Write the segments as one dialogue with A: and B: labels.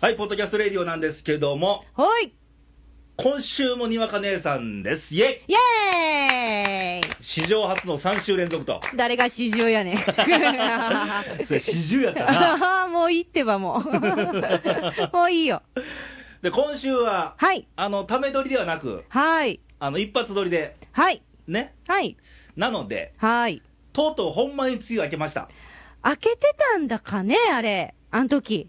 A: はい、ポッドキャストレディオなんですけども、
B: ほい
A: 今週もにわか姉さんです。イェイ
B: イエーイ
A: 史上初の3週連続と。
B: 誰が市場やねん。
A: それ、四十やった な。
B: あーもういいってばもう。も ういいよ。
A: で、今週は、
B: はい。
A: あの、ため撮りではなく、
B: はい。
A: あの、一発撮りで、
B: はい。
A: ね。
B: はい。
A: なので、
B: はい。
A: とうとうほんまに梅雨明けました。
B: 開けてたんだかね、あれ。あの時。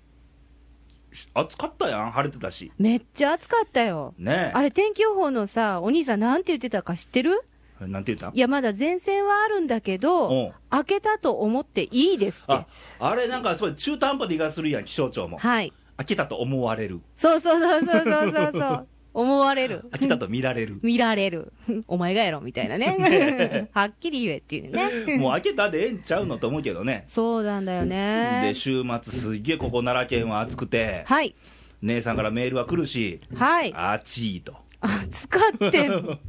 A: し暑かったやん、晴れてたし。
B: めっちゃ暑かったよ。
A: ね
B: あれ、天気予報のさ、お兄さんなんて言ってたか知ってる
A: え。なんて言った
B: いや、まだ前線はあるんだけ
A: うん
B: ど、開けたと思っていいですって
A: あ。、あれなんかすごい中途半端で言い方するやん、気象庁も。
B: はい。
A: 飽きたと思われる。
B: そうそうそうそうそうそ うそう。思われる。。
A: 飽きたと見られる
B: 見られる。 お前がやろ、みたいなね。 はっきり言えっていうね。
A: もう飽けたでええんちゃうのと思うけどね。
B: そうなんだよ
A: で、
B: ね。
A: 週末すっげえここ奈良県は暑くて、
B: はい。
A: 姉さんからメールは来るし、
B: はい。
A: あちいと。
B: 暑かってん。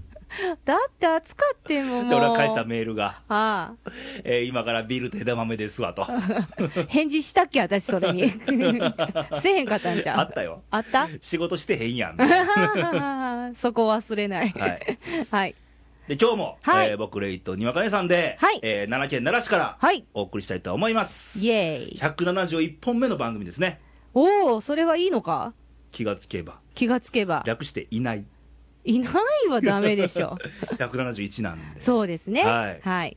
B: だって暑かってんもん、
A: で、
B: もう。
A: 俺は返したメールが、
B: あ
A: えー今からビールと枝豆ですわと。
B: あ。返事したっけ、私、そ れに。せえへんかったんじゃん。
A: あったよ。
B: あった
A: 仕事してへんやん。
B: そこ忘れない。
A: はい。
B: はい。
A: で、今日も、
B: はい
A: えー僕レイとにわかねさんで、
B: はい
A: えー奈良県奈良市から
B: はい
A: お送りしたいと思います。
B: イエーイ。
A: 171本目の番組ですね。
B: おお、それはいいのか
A: 気がつけば。
B: 気がつけば。
A: 略してい ない。
B: いないはダメで しょ。
A: 171なんで。
B: そうですね。
A: はい
B: はい。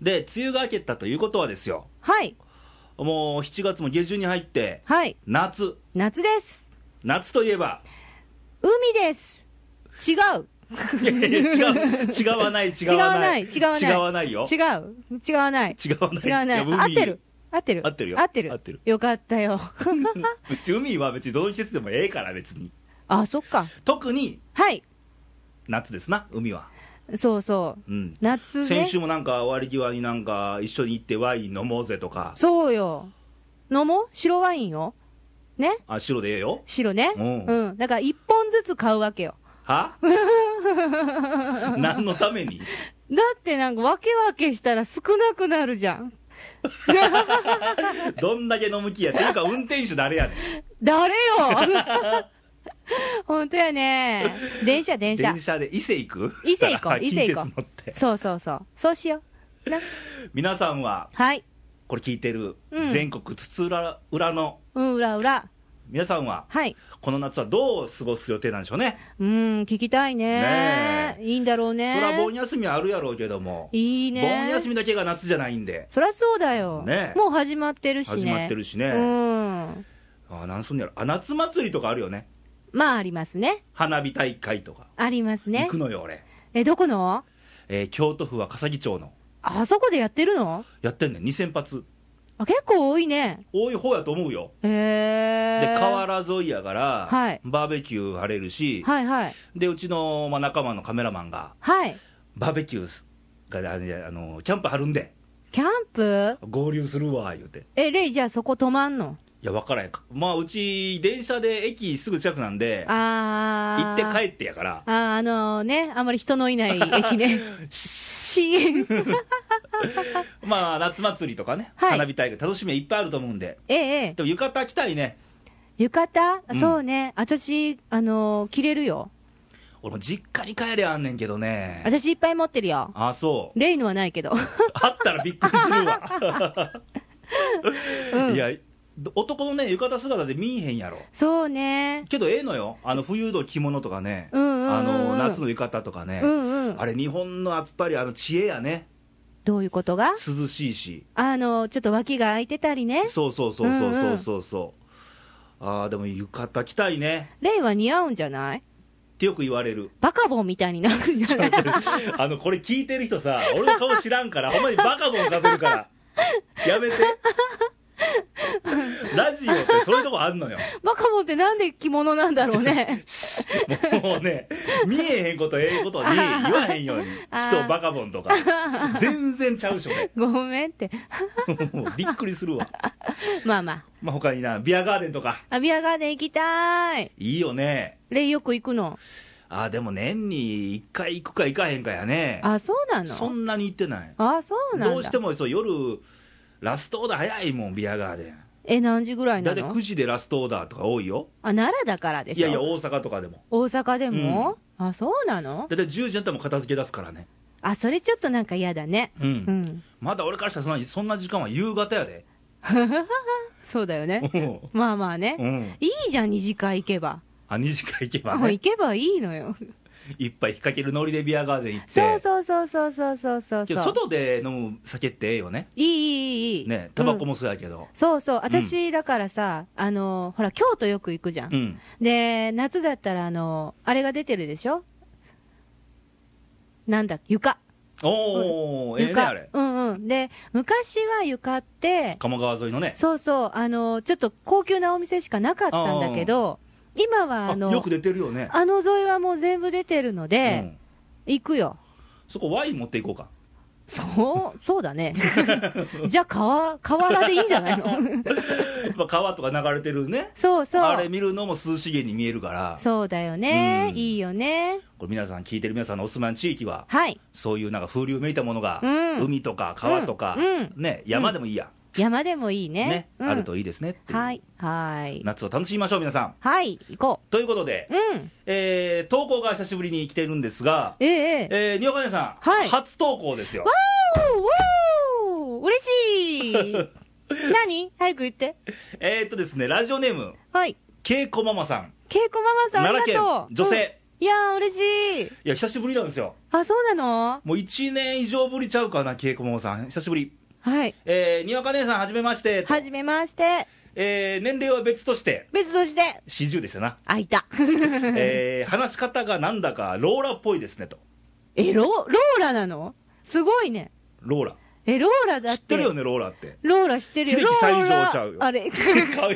A: で、梅雨が明けたということはですよ。
B: はい。
A: もう7月も下旬に入って、
B: はい。
A: 夏。
B: 夏です。
A: 夏といえ ば、
B: 海です。違う。
A: いやいや違う、違わない、違わない。
B: 違わない違わない
A: 違わないよ。
B: 違う。違わない。
A: 違わない。
B: 違わない。
A: や
B: 合ってる。。合ってる。
A: 合ってるよ
B: 合ってる。
A: 合ってる
B: よかっ たよ。
A: 海別に海は別にどの季節でもええから、別に。
B: あ、そっか。
A: 特に
B: はい。
A: 夏ですな、海は。
B: そうそう。
A: うん。
B: 夏ね。
A: 先週もなんか終わり際になんか一緒に行ってワイン飲もうぜとか、
B: そうよ。飲もう白ワインよ。ね
A: あ、白でええよ。
B: 白ね。
A: うん
B: うん。だから一本ずつ買うわけよ。
A: は何のために
B: だってなんか分け分けしたら少なくなるじゃん。
A: どんだけ飲む気やっていうか運転手誰やねん。
B: 誰よ本当やね。電車、電車
A: 電。車で伊勢行く
B: 伊勢行 こう
A: 近
B: 伊勢行こう
A: 鉄乗って
B: そうそうそう。そうしよう。な。
A: 皆さんは
B: はい。
A: これ聞いてる
B: うん
A: 全国津々浦々の
B: うん、裏裏。
A: 皆さんは
B: はい。
A: この夏はどう過ごす予定なんでしょうね、
B: うーん、聞きたいね
A: ね。
B: いいんだろうね。
A: それは盆休みはあるやろうけども
B: いいね。
A: 盆休みだけが夏じゃないんで
B: そりゃそうだよ。
A: ね
B: もう始まってるしね。
A: 始まってるしね、
B: うん。
A: あなんすんねやろあ夏祭りとかあるよね
B: まあ、ありますね。
A: 花火大会とか、
B: あります
A: 行
B: ね
A: く。のよ俺、
B: え、どこの
A: えー京都府は笠木町の
B: あそこでやってるの
A: やってんねん2000発
B: あ、結構多いね。
A: 多い方やと思うよ
B: へ
A: で
B: え。
A: 河原沿いやから、
B: はい
A: バーベキュー晴れるし、
B: はいはい。
A: でうちの、まあ、仲間のカメラマンが
B: はい。
A: バーベキューすがあのいやあのキャンプ張るんで
B: キャンプ
A: 合流するわ言うてい
B: え、レイ、じゃあそこ泊まんの
A: や分からへんかまあうち電車で駅すぐ近くなんで
B: あ
A: 行
B: あ。
A: って
B: っ
A: 帰ってやから
B: あー、あのね、あんまり人のいない 駅ね。し、
A: まあ夏祭りとかね、
B: はい
A: 花火大会楽しみはいっぱいあると思うんで
B: ええ。
A: でも浴衣着たいね
B: 浴衣、
A: うん
B: そうね。私、あのー着れるよ。
A: 俺も実家に帰りゃあんねんけどね
B: 私いっぱい持ってるよ。
A: あそう
B: レイのはないけど。
A: あったらびっくりするわ、
B: うん
A: いや男のね浴衣姿で見えへんやろ
B: そうね。
A: けどええのよあの冬の着物とかね、
B: うんうんうんうん
A: あの夏の浴衣とかね、
B: うんうん
A: あ。れ日本のやっぱりあの知恵やね
B: どういうことが
A: 涼しいし
B: あのーちょっと脇が空いてたりね。
A: そうそうそうそうそうそうそう、ああでも浴衣着たいね
B: レイは似合うんじゃない
A: ってよく言われる
B: バカボンみたいになるんじゃない
A: あのこれ聞いてる人さ俺の顔知らんからほんまにバカボンかべるからやめてラジオってそういうとこあんのよ
B: バカボンってなんで着物なんだろ うね。
A: もうね見えへんことええことに言わへんように
B: あー
A: 人バカボンとか全然ちゃうしょね
B: ごめんって。
A: もうびっくりするわ
B: まあまあ。
A: まあ他になビアガーデンとか
B: あビアガーデン行きたい。
A: いいよね
B: レイよく行くの。
A: ああでも年に1回行くか行かへんかやね
B: あ、そうなの
A: そんなに行ってない
B: あ、そうなんだ。
A: どうしてもそう夜ラストオーダー早いもんビアガーデン
B: え、何時ぐらいな
A: 大体
B: の
A: 9時でラストオーダーとか多いよ
B: あ、奈良だからでし
A: い
B: ょ
A: やいや大阪とかでも
B: 大阪でも、あ、そうなの
A: 大体10時になったらもう片付け出すからね
B: あ、それちょっとなんか嫌だね。
A: うん、
B: うん。
A: まだ俺からしたらそんなそんな時間は夕方やで
B: そうだ よね。
A: う
B: まあまあね。
A: んうん
B: いいじゃん、二次会行けば。
A: あ2時間行けば
B: もう
A: ね
B: 行けばいいのよ。
A: 一杯引っ掛けるノリでビアガーデン行って
B: そうそうそうそうそうそうそう
A: けど
B: そう。
A: 外で飲む酒ってええよね
B: いいいいいい。
A: ねタバコ
B: も。
A: もそうやけど
B: そうそう。私、だからさ、あの、ほら、京都よく行くじゃん
A: う。ん
B: で、夏だったら、あの、あれが出てるでしょなんだ、床。
A: おおええね
B: 床
A: あれ
B: うんうん。で、昔は床って、
A: 鴨川沿いのね
B: そうそう、あの、ちょっと高級なお店しかなかったんだけど、今は、
A: あ
B: あの、
A: よく出てるよね
B: あの沿いはもう全部出てるの
A: う
B: で、
A: ん
B: 行くよ。
A: そこワイン持っていこうか
B: そう、そうだね。 じゃあ、川、河原でいいんじゃ ないの
A: まあ川とか流れてるね
B: そうそう。
A: あれ見るのも涼しげに見えるから
B: そうだよね。
A: うん
B: いいよね。
A: これ皆さん聞いてる皆さんのお住まいの地域は
B: はい。
A: そういうなんか風流めいたものが、
B: うん
A: 海とか川とか、
B: うんうん
A: ね、山でもいいや、
B: 山でもいいね。
A: ね
B: うん
A: あるといいですねっていう、
B: はい。はい。
A: 夏を楽しみましょう、皆さん。
B: はい、行こと
A: いうことで、
B: う。うん。
A: えー投稿が久しぶりに来てるんですが、
B: ええええ。
A: えー、にわかねさん、
B: はい
A: 初投稿ですよ。
B: おお嬉 しい何早く言って。
A: えー、っとですね、ラジオネーム、
B: はい。
A: けいこママさん、
B: 稽古ママさん、あ
A: 奈
B: り
A: 良
B: がとう。
A: 県、女性、
B: うん。いやー、嬉しい。
A: いや、久しぶりなんですよ。
B: あ、そうなの
A: もう1年以上ぶりちゃうかな、けいこママさん、久しぶり。
B: はい。
A: えー、にわか姉さん、はじめましてと。
B: はじめまして。
A: えー、年齢は別として、
B: 別として、
A: 40でした な。
B: あ、いた。
A: えー、話し方がなんだかローラっぽいですねと。
B: え、ロ、ローラなのすごいね。
A: ローラ。
B: え、ローラだっ
A: 知って
B: て。
A: るよね、ローラ って。
B: ローラ知ってるよ。
A: 秀樹西条
B: ローラ
A: ちゃうよ
B: あれ。
A: 可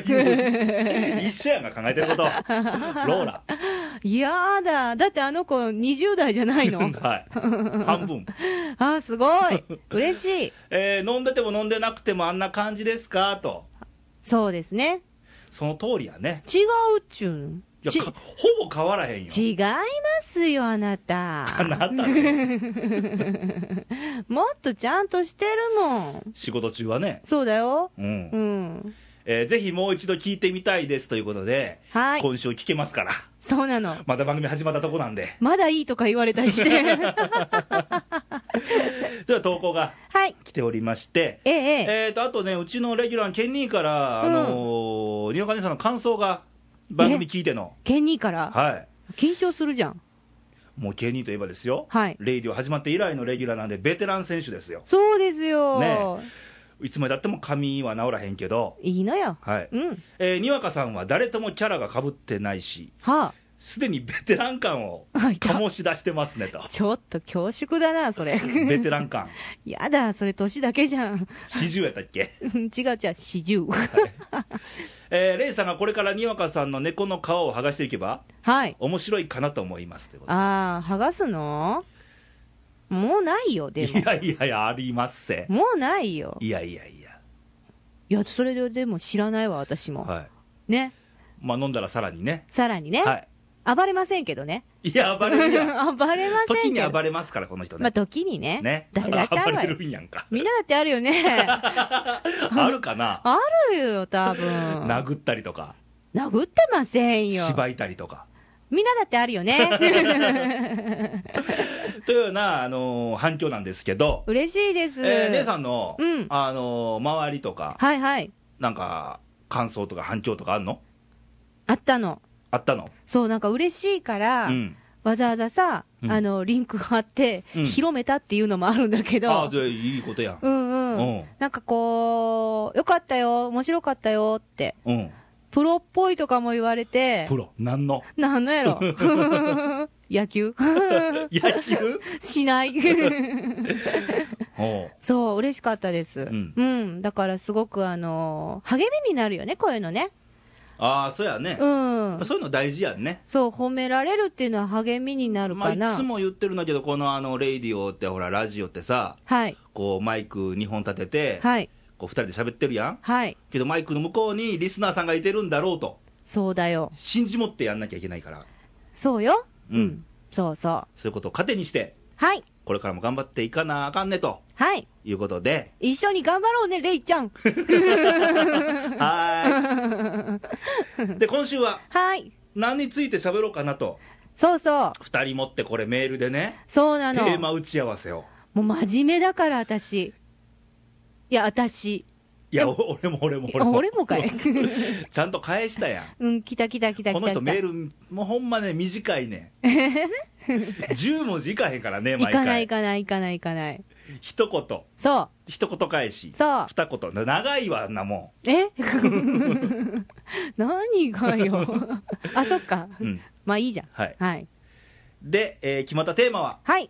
A: 愛い一緒やんか、考えてること。ローラ。
B: いやだ。だってあの子20代じゃない の
A: はい。半分。
B: あ、すごい。嬉しい。
A: えー飲んでても飲んでなくてもあんな感じですかと。
B: そうですね。
A: その通りやね。
B: 違うっちゅうん。
A: いや、
B: ち
A: かほぼ変わらへんよ。
B: 違いますよ、あな
A: あ
B: た。
A: なたね
B: もっとちゃんとしてるもん。
A: 仕事中はね。
B: そうだよ。
A: う。
B: うんん。
A: えーぜひもう一度聞いてみたいですということで、
B: はい。
A: 今週聞けますから。
B: そうなの。
A: また番組始まったとこなんで。
B: まだいいとか言われた りして。
A: では投稿が
B: はい。
A: 来ておりまして、
B: ええ、ええ。
A: えー、とあとね、うちのレギュラーのケンニーから、あ
B: うん
A: のー、にわかねさんの感想が番組聞いての、
B: ケニーから。
A: は
B: 緊張するじゃん。
A: い、もうケンニーといえばですよ、
B: はい。
A: レイディオ始まって以来のレギュラーなんで、ベテラン選手ですよ、
B: そうですよ。
A: ねいつまでたっても髪は治らへんけど、
B: いいのよ。
A: はい
B: うん。
A: えーにわかさんは誰ともキャラがかぶってないし、
B: は
A: すでにベテラン感 を
B: あ。はいた
A: 醸し出してます
B: 、
A: ねと
B: ちょっと恐縮だな、そ れ。
A: ベテラン感、
B: やだ、それ年だけじゃん。
A: 40やったっけ、
B: うん違う違う、四十。
A: えーレイさんがこれからにわかさんの猫の皮を剥がしていけば、
B: はい。
A: 面白いかなと思いますということ
B: ああ、剥がすのもうないよ、で
A: で
B: も
A: い。やいやいや、ありません。
B: もうないよ。
A: いやいやいや。
B: いや、それででも知らないわ、私も。
A: はい。
B: ね。
A: まあ飲んだらさらにね。
B: さらにね、
A: は
B: 暴れませんけどね。
A: い。いや、暴れる やん。
B: 暴れませ
A: 時
B: ん
A: に
B: けど。
A: 暴れますから、この人
B: まあ、
A: ね。
B: 時にね。
A: ね。
B: 誰だってあ
A: 暴
B: るわ
A: れ
B: よ。
A: るんやんか。
B: みんなだってある よね。
A: あるかな
B: あるよ、多分。
A: 殴ったりとか、
B: 殴ってませんよ。
A: 縛いたりとか。
B: みんなだってあるよね。
A: というような、あのー反響なんですけど、
B: 嬉しいです。
A: えー姉さんの、
B: うん
A: あのー周りとか、
B: はいはい。
A: なんか、感想とか反響とかあんの
B: あったの。
A: あったの
B: そう、なんか嬉しいから、
A: うん。
B: わざわざさ、
A: うん
B: あの、リンク貼って、
A: うん
B: 広めたっていうのもあるんだけ
A: ああ、
B: ど。
A: じゃあいいことやん。
B: うんうん。
A: うん
B: なんかこう、よかったよ、面白かったよって。
A: うん。
B: プロっぽいとかも言われて
A: プ、ロ。なん の
B: なんの やろ野球
A: 野球
B: しない
A: おう
B: そう、嬉しかったです。うんん。だからすごくあのー励みになるよね、こういうのね。
A: ああ、そうやね。
B: うん。
A: そういうの大事やんね。
B: そう、褒められるっていうのは励みになる
A: まあ、
B: か
A: い
B: な。
A: つも言ってるんだけど、このあのレイディオって、ほら、ラジオってさ、
B: はい。
A: こうマイク2本立てて、
B: はい。
A: こう2人で喋ってるやん、
B: はい。
A: けどマイクの向こうにリスナーさんがいてるんだろうと、
B: そうだよ。
A: 信じ持ってやんなきゃいけないから、
B: そうよ。
A: うん
B: そうそ
A: そういうことを糧にして、
B: う。はい。
A: これからも頑張っていかなあかんねと
B: はい。
A: いうこと で、
B: 一緒に頑張ろうね、レイちゃ
A: は
B: ん。
A: ーい。で、今週は
B: はい。
A: 何について喋ろうかなと、
B: そうそう。
A: 2人持ってこれメールでね、
B: そうな
A: テ
B: の。
A: ーマ打ち合わせを。
B: もう真面目だから、私。いや、私。
A: いや、お俺も俺も
B: あ俺もか い。
A: ちゃんと返したやん。
B: うん、来た来た来た来た来た。
A: この人メール、もうほんまね、短い ね。10文字いかへんからね、
B: 行
A: 毎
B: かな
A: 回
B: い行。かない行かない行かない。
A: 一言、
B: そ
A: 一言返し
B: う、、そう。
A: 二言、な長いわ、あんなも
B: え 何がよ。 あ、そっか。
A: ん。うん。
B: まあいいじゃん。
A: はい。
B: はい。
A: で、えー決まったテーマは、
B: はい。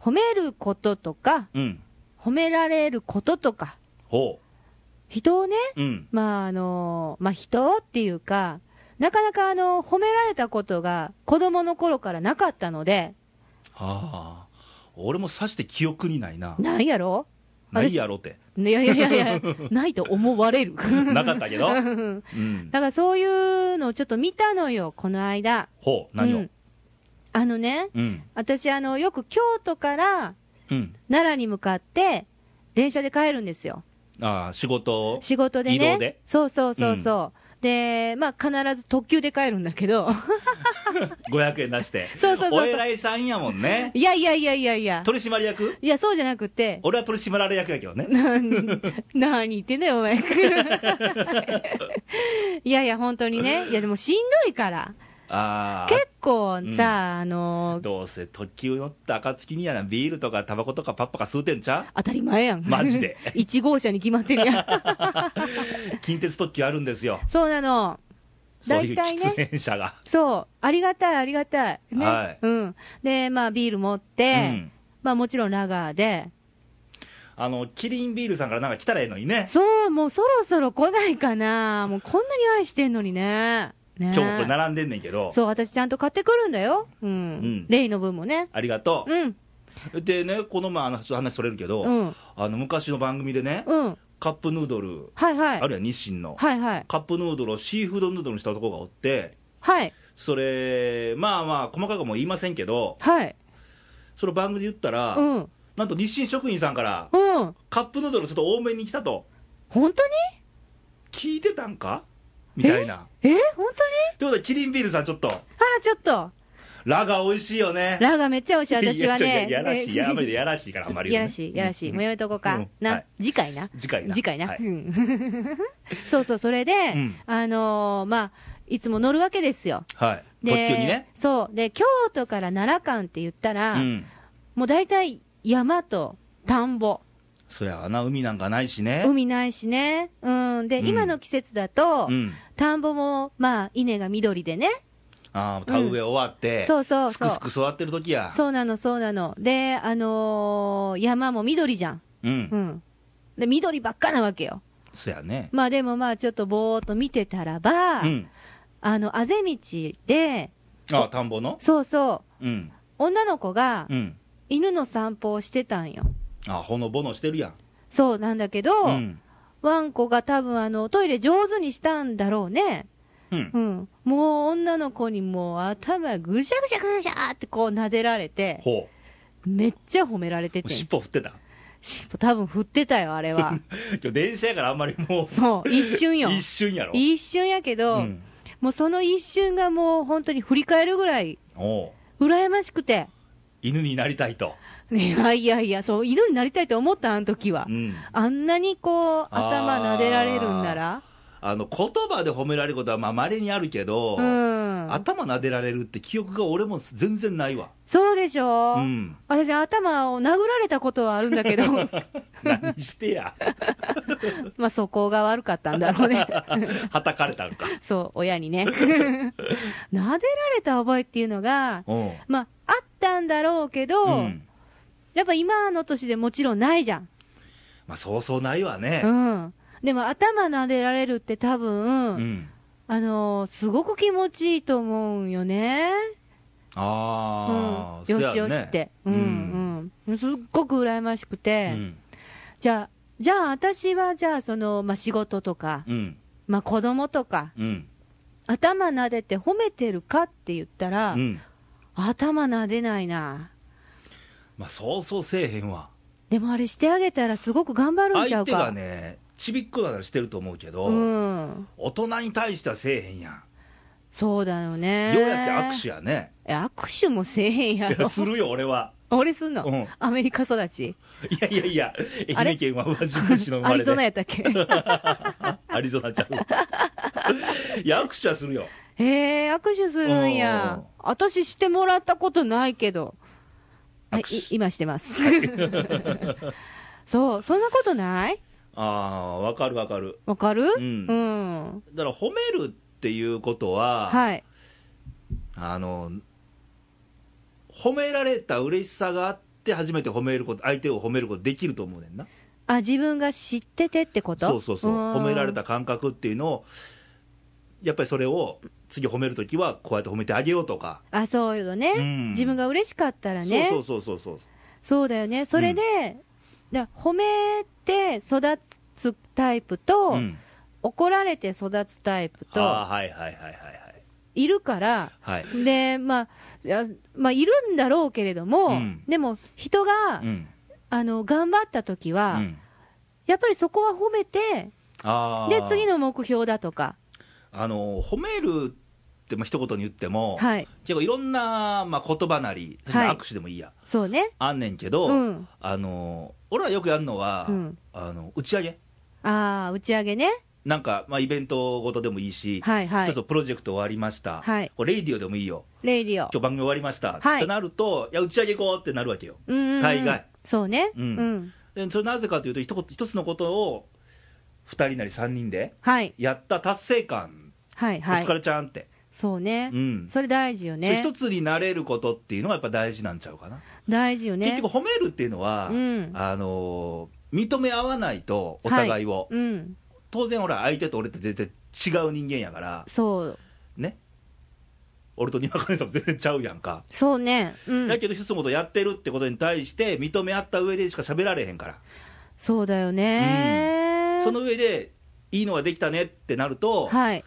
B: 褒めることとか、
A: うん。
B: 褒められることとか、
A: ほ
B: 人をね、
A: う。うん。
B: まああの、まあ人っていうか、なかなかあの、褒められたことが子供の頃からなかったので、
A: ああ。俺もさして記憶にないな。
B: ないやろ
A: ないやろって。
B: いやいやいやい や、ないと思われる。
A: なかったけど。
B: うん
A: うん。
B: だからそういうのをちょっと見たのよ、この間。
A: ほう、何
B: う
A: を
B: ん。あのね、
A: うん。
B: 私あの、よく京都から
A: うん。
B: 奈良に向かって、電車で帰るんですよ。
A: ああ、仕事を。
B: 仕事でね。
A: 移動で
B: そうそうそうそう。で、まあ必ず特急で帰るんだ けど、
A: 500円出して。
B: そうそうそうそう
A: お偉いさんやもんね。
B: いやいやいやいやいや。
A: 取締役
B: いや、そうじゃなくて、
A: 俺は取締られ役やけどね。
B: 何、何言ってんだよ、お前。 いやいや、本当 にね。いや、でもしんどいから。
A: ああ。
B: 結構さ、あの、
A: どうせ特急乗った暁にやな、ビールとかタバコとかパッパか吸うてんちゃ
B: 当たり前やん。
A: マジで。
B: 1号車に決まって るやん。
A: う近鉄特急あるんです よ。
B: そうなの。
A: そういう
B: 大体ね
A: 喫煙者が。
B: そう。ありがたい、ありがたい。ね。
A: はい
B: うん。で、まあ、ビール持っ
A: う
B: て、
A: ん。
B: まあ、もちろんラガーで。
A: あの、キリンビールさんからなんか来たらええのにね。
B: そう、もうそろそろ来ないかな。もうこんなに愛してんのにね。ね
A: 今日もこれ並んでんねんけど。
B: そう、私ちゃんと買ってくるんだよ。うん。
A: ん
B: レイの分もね。
A: ありがと
B: うん。
A: う。でね、この前あの、ちょっと話それるけど、
B: うん。
A: あの、昔の番組でね、
B: うん。
A: カップヌードル、
B: はいはい
A: あ。るいは日清の、
B: はいはい。
A: カップヌードルをシーフードヌードルにしたとこがおって、
B: はい。
A: それ、まあまあ、細かくはもう言いませんけど、
B: はい。
A: その番組で言ったら、
B: うん。うん。
A: なんと日清職員さんから、カップヌードルちょっと多めに来たと、
B: 本当に
A: 聞いてたんかみたいな。
B: え本当に
A: ということで、キリンビールさん、ちょっと、
B: あら、ちょっと。
A: ラガ美味しいよね。
B: ラがめっちゃ美味しい、私はね。
A: いやいやいやらしい、やめてやら しいから、あんまり
B: い
A: 言
B: や
A: うの
B: ら
A: ね、
B: しい、やらしい。
A: うん
B: もうやめとこうか。
A: うんは
B: な、
A: い
B: 次回な。
A: 次回な。
B: 次回な。
A: は
B: う
A: い
B: ん そうそう、それで、
A: うん
B: あのーまあ、いつも乗るわけですよ。
A: はい。特
B: で
A: 急にね。
B: そう。で、京都から奈良間って言ったら、
A: うん。
B: もう大体山と田んぼ。
A: そや、穴海なんかないしね。
B: 海ないしね。うん。で、
A: うん
B: 今の季節だと、
A: うん。
B: 田んぼも、まあ、稲が緑でね。
A: ああ、田植え終わって、
B: そうそう
A: す
B: そ
A: く
B: う
A: すく育ってる時や。
B: そうなの、そうなの。で、あのー山も緑じゃん。
A: う。
B: うんん。で、緑ばっかなわけよ。
A: そやね。
B: まあでもまあちょっとぼーっと見てたらば、
A: うん。
B: あの、あぜ道で、
A: ああ、田んぼの
B: そうそう、
A: うん。
B: 女の子が
A: うん。
B: 犬の散歩をしてたんよ。
A: ああ、ほのぼのしてるやん。
B: そうなんだけど、
A: うん。
B: ワンコが多分あの、トイレ上手にしたんだろうね。
A: うん。
B: うん。もう女の子にもう頭ぐしゃぐしゃぐしゃってこう撫でられて、
A: ほ
B: めっちゃ褒められて
A: う。
B: て。
A: 尻尾振ってた。
B: 尻尾多分振ってたよ、あ れは。
A: 今日電車やからあんまりもう、
B: そう、一瞬よ。
A: 一瞬やろ。
B: 一瞬やけ
A: う
B: ど、
A: ん。
B: もうその一瞬がもう本当に振り返るぐらい、
A: おう
B: 羨ましくて。
A: 犬になりたいと。
B: いやいやいや、そう、犬になりたいと思った、あの時は
A: う。ん。
B: あんなにこう、頭撫でられるんなら、
A: あの、言葉で褒められることはまあ稀にあるけど、
B: うん。
A: 頭撫でられるって記憶が俺も全然ないわ。
B: そうでしょ、
A: うん。
B: 私、頭を殴られたことはあるんだけど、
A: 何してや。
B: まあ、そこが悪かったんだろうね。
A: はたかれたんか。
B: そう、親にね。 撫でられた覚えっていうのが、
A: うん。
B: まあ、あったんだろうけど、
A: うん。
B: やっぱ今の年でもちろんないじゃん。
A: まあ、そうそうないわね。
B: うん。でも、頭撫でられるって多分、
A: うん。
B: あのーすごく気持ちいいと思うんよね。
A: ああ、
B: うん、
A: そ
B: よ
A: や
B: し
A: ね
B: よしって、う
A: うん。
B: んうん、すっごく羨ましく
A: う
B: て、
A: ん。
B: じゃあ、じゃあ、私はじゃあその、まあ、仕事とか、
A: うん。
B: まあ、子供とか、
A: うん。
B: 頭撫でて褒めてるかって言ったら、
A: うん。
B: 頭撫でないな、
A: まあ、そうそうせえへんわ
B: でもあれしてあげたらすごく頑張るんち
A: 相
B: ゃう
A: 手
B: か
A: がねちびっこだからしてると思うけど、
B: うん
A: 大人に対してはせえへんやん、
B: そうだよね
A: ようやって握手やね
B: 手握手もせえへんや
A: いや
B: ろ
A: するよ俺は
B: 俺すんの、
A: うん
B: アメリカ育ち
A: いやいやいや
B: あ
A: 愛
B: れ
A: 媛県は宇和島市の生
B: ア
A: ま
B: リ
A: れ
B: ゾナ
A: で
B: やったっけ
A: アリゾナちゃうわ いや握手はするよ
B: へえ握手するん
A: う
B: や
A: ん
B: 私してもらったことないけどはい
A: 握手
B: い今してます そうそんなことない
A: ああーわかるわかる
B: わかる
A: う
B: うんん、
A: だから褒めるっていうことは、
B: はい
A: あの褒められた嬉しさがあって初めて褒めること相手を褒めることできると思うねんな
B: あ自分が知っててってこと
A: そうそうそう
B: うん
A: 褒められた感覚っていうのをやっぱりそれを次褒めるときはこうやって褒めてあげようとか、
B: あそうよね、
A: うん
B: 自分が嬉しかったらね
A: そうそうそうそうそう
B: そうだよね、それで、だから褒めて育つタイプと、
A: うん
B: 怒られて育つタイプ
A: ああ
B: と、
A: はいはいはいはい
B: いるから、
A: はいはい
B: で、まあ、いやまあ、いるんだろうけれども、
A: うん
B: でも、人が、
A: うん
B: あの頑張った時
A: う
B: は、
A: ん
B: やっぱりそこは褒めて、
A: ああ
B: で、次の目標だとか、
A: あの褒めるってまあ一言に言っても、
B: はい、
A: 結構いろんな、まあ、言葉なりそして
B: はい
A: 握手でもいいや、
B: そうね、
A: あんねんけど、
B: うん
A: あの俺はよくやるのは、
B: うん
A: あの打ち上げ
B: ああ、打ち上げね、
A: なんか、まあ、イベントごとでもいいし、
B: はいは
A: 一
B: い
A: つ、プロジェクト終わりました、
B: はい
A: これレイディオでもいいよ
B: レイディ
A: 今
B: オ
A: 日番組終わりました、
B: は
A: っ
B: い
A: てなるといや打ち上げ行こうってなるわけよ
B: うんうんうん
A: 大概
B: そうね、
A: う
B: うんん、
A: でそれなぜかというと一言一つのことを2人なり3人で
B: はい、
A: やった達成感、
B: はい、はい
A: お疲、れちゃんって、
B: そうね、
A: うん
B: それ大事よ
A: それ
B: ね
A: 一つになれることっていうのがやっぱ大事なんちゃうかな、
B: 大事よね
A: 結局褒めるっていうのは、
B: うん
A: あのー認め合わないとお互いを、
B: うん
A: 当然ほら相手と俺って全然違う人間やから
B: そう
A: ね俺とにわかねさんも全然ちゃうやんか、
B: そうねうん
A: だけど一つのことやってるってことに対して認め合った上でしか喋られへんから、
B: そうだよね
A: その上でいいのができたねってなると、
B: はい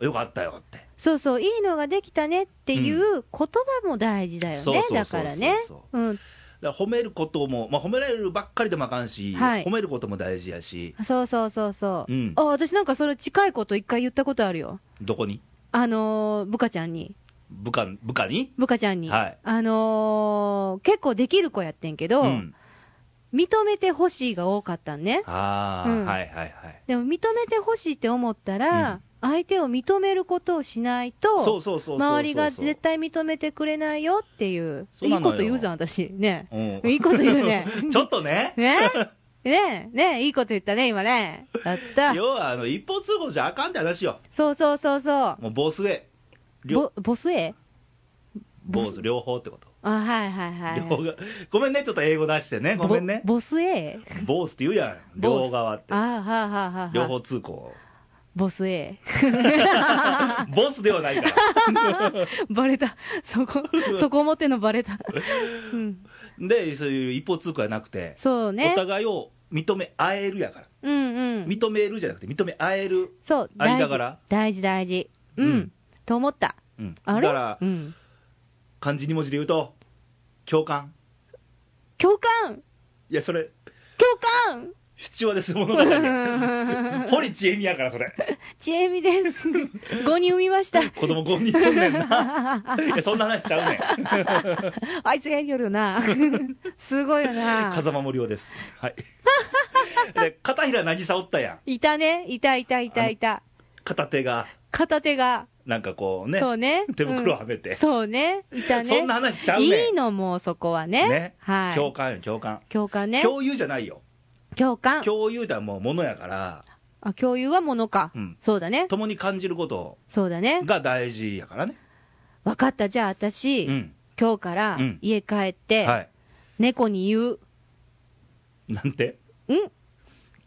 A: よかったよって
B: そうそういいのができたねっていう言葉も大事だよ
A: そうそうそ
B: ね
A: うそう
B: だからねうん
A: だから褒めることも、まあ、褒められるばっかりでもあかんし、
B: はい
A: 褒めることも大事やし
B: そうそうそうそう
A: うん
B: あ私なんかそれ近いこと一回言ったことあるよ
A: どこに
B: あのー部下ちゃんに
A: 部下部下に
B: 部下ちゃんに
A: はい
B: あのー結構できる子やってんけど
A: うん、
B: 認めてほしいが多かったんね
A: ああ、
B: うん
A: はいはいはい
B: でも認めてほしいって思ったら相手を認めることをしないと
A: そうそうそうそうそう
B: 周りが絶対認めてくれないよっていう。
A: そう
B: い
A: ないのよ
B: こと言うじゃん、私。ね。
A: うん
B: いいこと言うね
A: 。ちょっとね
B: ね ねねいいこと言ったね、今ね。だった。
A: 要はあの一方通行じゃあかんって話よ
B: そうそうそうそう。
A: もうボスへ両
B: ボ、ボスへ
A: ボス両方ってこと
B: あ、はいはいはい
A: 両。側ごめんねちょっと英語出してねごめんね
B: ボボスへ
A: ボスって言うやん両側って
B: あはいはいはいはい。
A: 両方通 行
B: ボスへ
A: ボスではないから
B: バレた。そこ、そこ思ってんのバレた。うん。
A: でそういう一方通行じゃなくて、
B: そうね
A: お。互いを認め合えるやから
B: うんうん。
A: 認めるじゃなくて認め合える、
B: そう、大
A: 間
B: 事
A: 柄。
B: 大事大事。う
A: うん
B: ん。と思った。
A: うん、
B: あれ
A: だから
B: うん。
A: 漢字2文字で言うと共感
B: 共感
A: いやそれ
B: 共感
A: 必要です物語や 堀ちえみやからそれ
B: ちえみ です。5人産みました。
A: 子供5人とんねんないやそんな話しちゃうねん
B: あいつやりよるよな。 すごいよな。
A: 風間森夫です。はい。で、片平渚おったやん。
B: いたね。いたいたいたいた。
A: 片手が、
B: 片手が。
A: なんかこうね。
B: そうね。
A: 手袋をは
B: うん
A: めて。
B: そうね。いたね。
A: そんな話ちゃうねん
B: いいの、もうそこはね。
A: ね。
B: はい。
A: 共感よ、共感。
B: 共感ね。
A: 共有じゃないよ。
B: 共感。
A: 共有だもうものやから、
B: あ、共有はものか
A: うん。
B: そうだね。
A: 共に感じること
B: そうだね。
A: が大事やからね。
B: わかった。じゃあ
A: う
B: 私、
A: ん。
B: 今日から
A: うん
B: 家帰っ
A: は
B: て、
A: い。
B: 猫に言う。
A: なんて
B: ん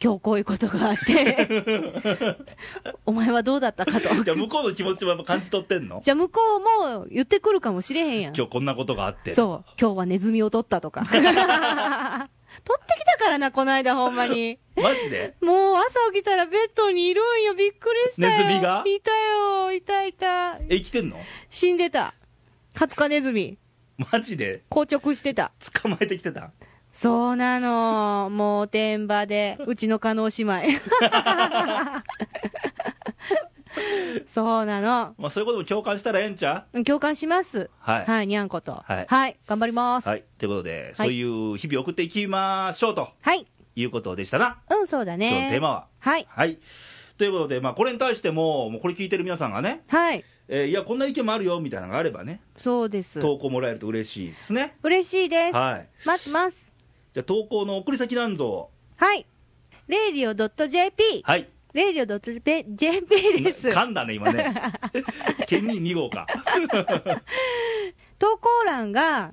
B: 今日こういうことがあって、 お前はどうだったかと。
A: じゃあ向こうの気持ちもやっぱ感じ取ってんの
B: じゃあ向こうも言ってくるかもしれへんやん。
A: 今日こんなことがあって。
B: そう。今日はネズミを取った とか。取ってきたからな、この間ほんまに。
A: マジで
B: もう朝起きたらベッドにいるんよ。びっくりしたよ。
A: ネズミが
B: いたよ。いたいた。
A: え、生きてんの
B: 死んでた。20日ネズミ。
A: マジで
B: 硬直してた。
A: 捕まえてきてた
B: そうなの。もう、天場で、うちの加納姉妹。 そうなの。
A: まあ、そういうことも共感したらええんちゃう
B: 共感します。
A: はい
B: はい、にゃんこと。
A: はい
B: 頑張ります。
A: は
B: はい。
A: い。ということで、そういう日々送っていきましょうということでしたな。
B: うん、そうだね。
A: 今日のテーマは。
B: はい。
A: はい。ということで、まあ、これに対しても、もうこれ聞いてる皆さんがね、
B: はい。
A: えーいや、こんな意見もあるよみたいなのがあればね、
B: そうです。
A: 投稿もらえると嬉しいですね。
B: 嬉しいです。
A: はい。
B: 待ってます。
A: じゃあ、投稿の送り先なんぞ。
B: はい。radio.jp。
A: はい。
B: radio.jp です。
A: 噛んだね、今 ね。県人2号か。
B: 投稿欄が、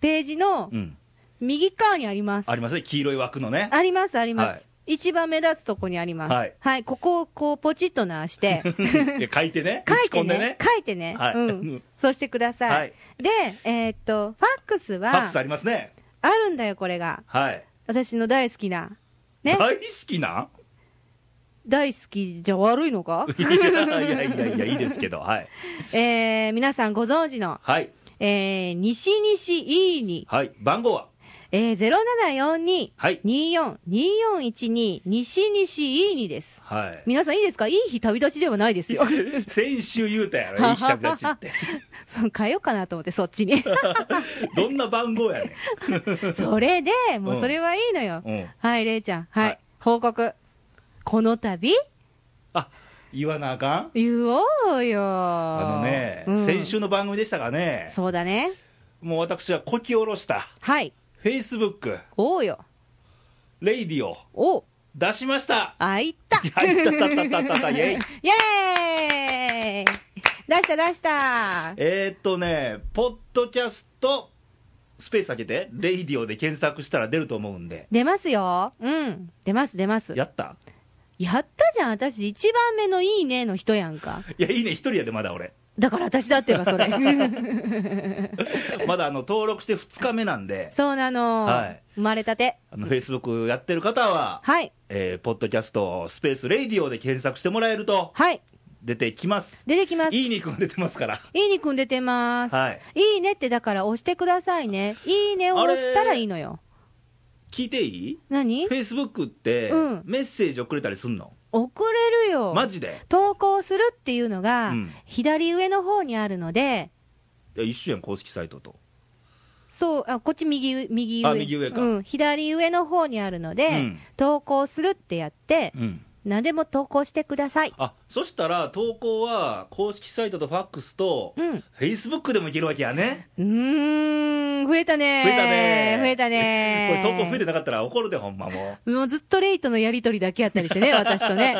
B: ページの
A: うん。
B: 右側にあります。
A: ありますね、黄色い枠の ね。
B: あります、ありま
A: は
B: す。
A: い
B: 一番目立つとこにあります。
A: は
B: はいい。ここをこう、ポチッと なして、
A: いや書いてね。
B: 書
A: 打
B: い
A: ち込
B: て
A: んで
B: ね
A: ね。。
B: 書いてね。
A: はい
B: うん。そうしてください。
A: はい
B: で、えーっと、ファックス
A: ファッ
B: は
A: クス、ありますね。
B: あるんだよ、これが。
A: はい。
B: 私の大好きな。ね。
A: 大好きな
B: 大好きじゃ悪い のか
A: いやいやいやいや、いいですけど、はい。
B: えー、皆さんご存知の、
A: はい。
B: えー、西西いいに、
A: はい。番号は
B: えー、
A: はい。
B: 0742-24-2412、西西いいにです。
A: はい。
B: 皆さんいいですかいい日旅立ちではな いですよ。
A: 先週言うたやろ、いい日旅立ちって。
B: そう変えようかなと思って、そっ ちに。
A: どんな番号やね
B: それで、もうそれはいいのよ。
A: ん。うん。
B: はい、れいちゃん。はい。
A: はい
B: 報告。この度、
A: あ、言わなあかん
B: 言おうよ。
A: あのね、
B: うん
A: 先週の番組でしたがね、
B: そうだね。
A: もう私はこき下ろした、
B: はい。
A: Facebook、
B: おうよ。
A: レイディオ、
B: おう。
A: 出しました
B: あ、い った。
A: はいたたたたたたイェイ
B: イエーイ出した出した
A: えーっとね、ポッドキャスト、スペース開けて、レイディオで検索したら出ると思うんで、
B: 出ますよ。うん。出ます出ます。や
A: やった
B: ったじゃん。私、一番目のいいねの人やんか。
A: いや、いいね、一人やで、まだ俺。
B: だから私だってば、そ れ。
A: まだあの登録して2日目なんで、
B: そうなの。
A: はい
B: 生まれたて。
A: あの Facebook やってる方は、
B: はい。
A: えーポッドキャスト、スペース、レイディオで検索してもらえると、
B: はい。
A: 出てきます。
B: 出てきます。
A: いい肉が出てますから。
B: いいにくん出てます、
A: はい
B: い。ねってだから押してくださいね。いいねを押したらいいのよ。
A: 聞いていい
B: 何
A: ?Facebook って、
B: うん
A: メッセージ送れたりすんの
B: 送れるよ。
A: マジで
B: 投稿するっていうのが、
A: うん
B: 左上の方にあるので、
A: いや一緒やん、公式サイトと。
B: そう、あ、こっち右上、右上。
A: あ右上か
B: うん、左上の方にあるので、
A: うん
B: 投稿するってやって、
A: うん。
B: 何でも投稿してください。
A: あ、そしたら投稿は、公式サイトとファックスと、
B: うん。
A: Facebook でもいけるわけやね。
B: うーん、増えたね
A: 増えたね。
B: 増えた ね
A: これ投稿増えてなかったら怒るで、ほんまも
B: もうずっとレイとのやりとりだけやったりし てね、私とね。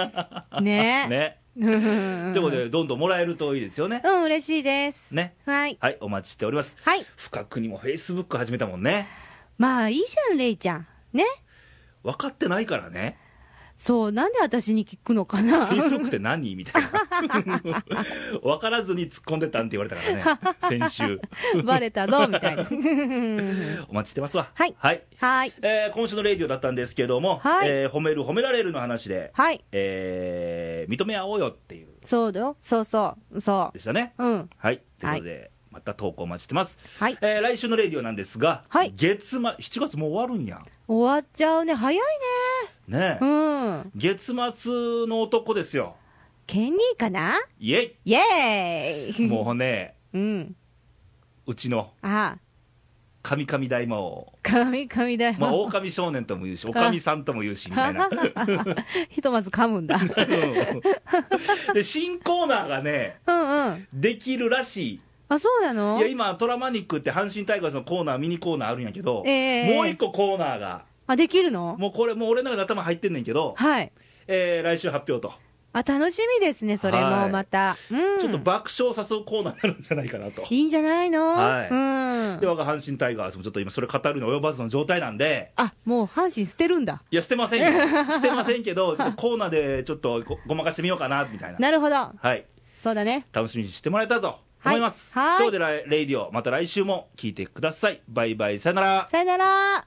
A: う。
B: ね
A: ね。
B: うん
A: ということで、どんどんもらえるといいですよね。
B: うん、嬉しいです。
A: ね。
B: はい。
A: はい、お待ちしております。
B: はい。
A: 深くにも Facebook 始めたもんね。
B: まあ、いいじゃん、レイちゃん。ね。
A: 分かってないからね。
B: そう、なんで私に聞くのかな
A: Facebook って何みたいな。 分からずに突っ込んでたんって言われたからね。先週。
B: バレたぞ、みたいな。
A: お待ちしてますわ。
B: はい
A: はい。
B: はい。
A: えー今週のレイディオだったんですけども、
B: はい
A: えー褒める褒められるの話で、
B: はい。
A: えー認め合おうよっていう、
B: そうだよ。そうそう。そ
A: でしたね。
B: う。うん。
A: はい。ということで、また投稿お待ちしてます。
B: はい。
A: えー来週のレイディオなんですが、
B: はい
A: 月末、7月もう終わるんやん。
B: 終わっちゃうね。早いね。
A: ねえ、
B: うん。
A: 月末の男ですよ。
B: ケニーかな
A: イェ
B: イェー
A: イ
B: イ
A: もうね、
B: うん。
A: うちの
B: ああ、
A: 神々大魔王。
B: 神々だよ。
A: まあ、狼少年とも言うし、おかみさんとも言うし、みたいな。
B: ひとまず噛むんだ。
A: うんで、新コーナーがね、
B: うんうん。
A: できるらしい。
B: あ、そうなの
A: いや、今、トラマニックって阪神タイガースのコーナー、ミニコーナーあるんやけど、
B: ええ
A: もう一個コーナーが、
B: あ、できるの
A: もうこれ、もう俺の中で頭入ってんねんけど、
B: はい。
A: えー来週発表と、
B: あ、楽しみですね、それ
A: は
B: も
A: い
B: また。うん。
A: ちょっと爆笑を誘うコーナーになるんじゃないかなと。
B: いいんじゃないの
A: はい
B: うん
A: で、。我が阪神タイガースもちょっと今、それ語るの及ばずの状態なんで、
B: あ、もう阪神捨てるんだ。
A: いや、してませんよ。してませんけど、ちょっとコーナーでちょっとごごまかしてみようかな、みたいな。
B: なるほど。
A: はい。
B: そうだね。
A: 楽しみにしてもらえたらと思います。
B: はいはい
A: ということで、レイディオ、また来週も聞いてください。バイバイ、さよなら。
B: さよなら。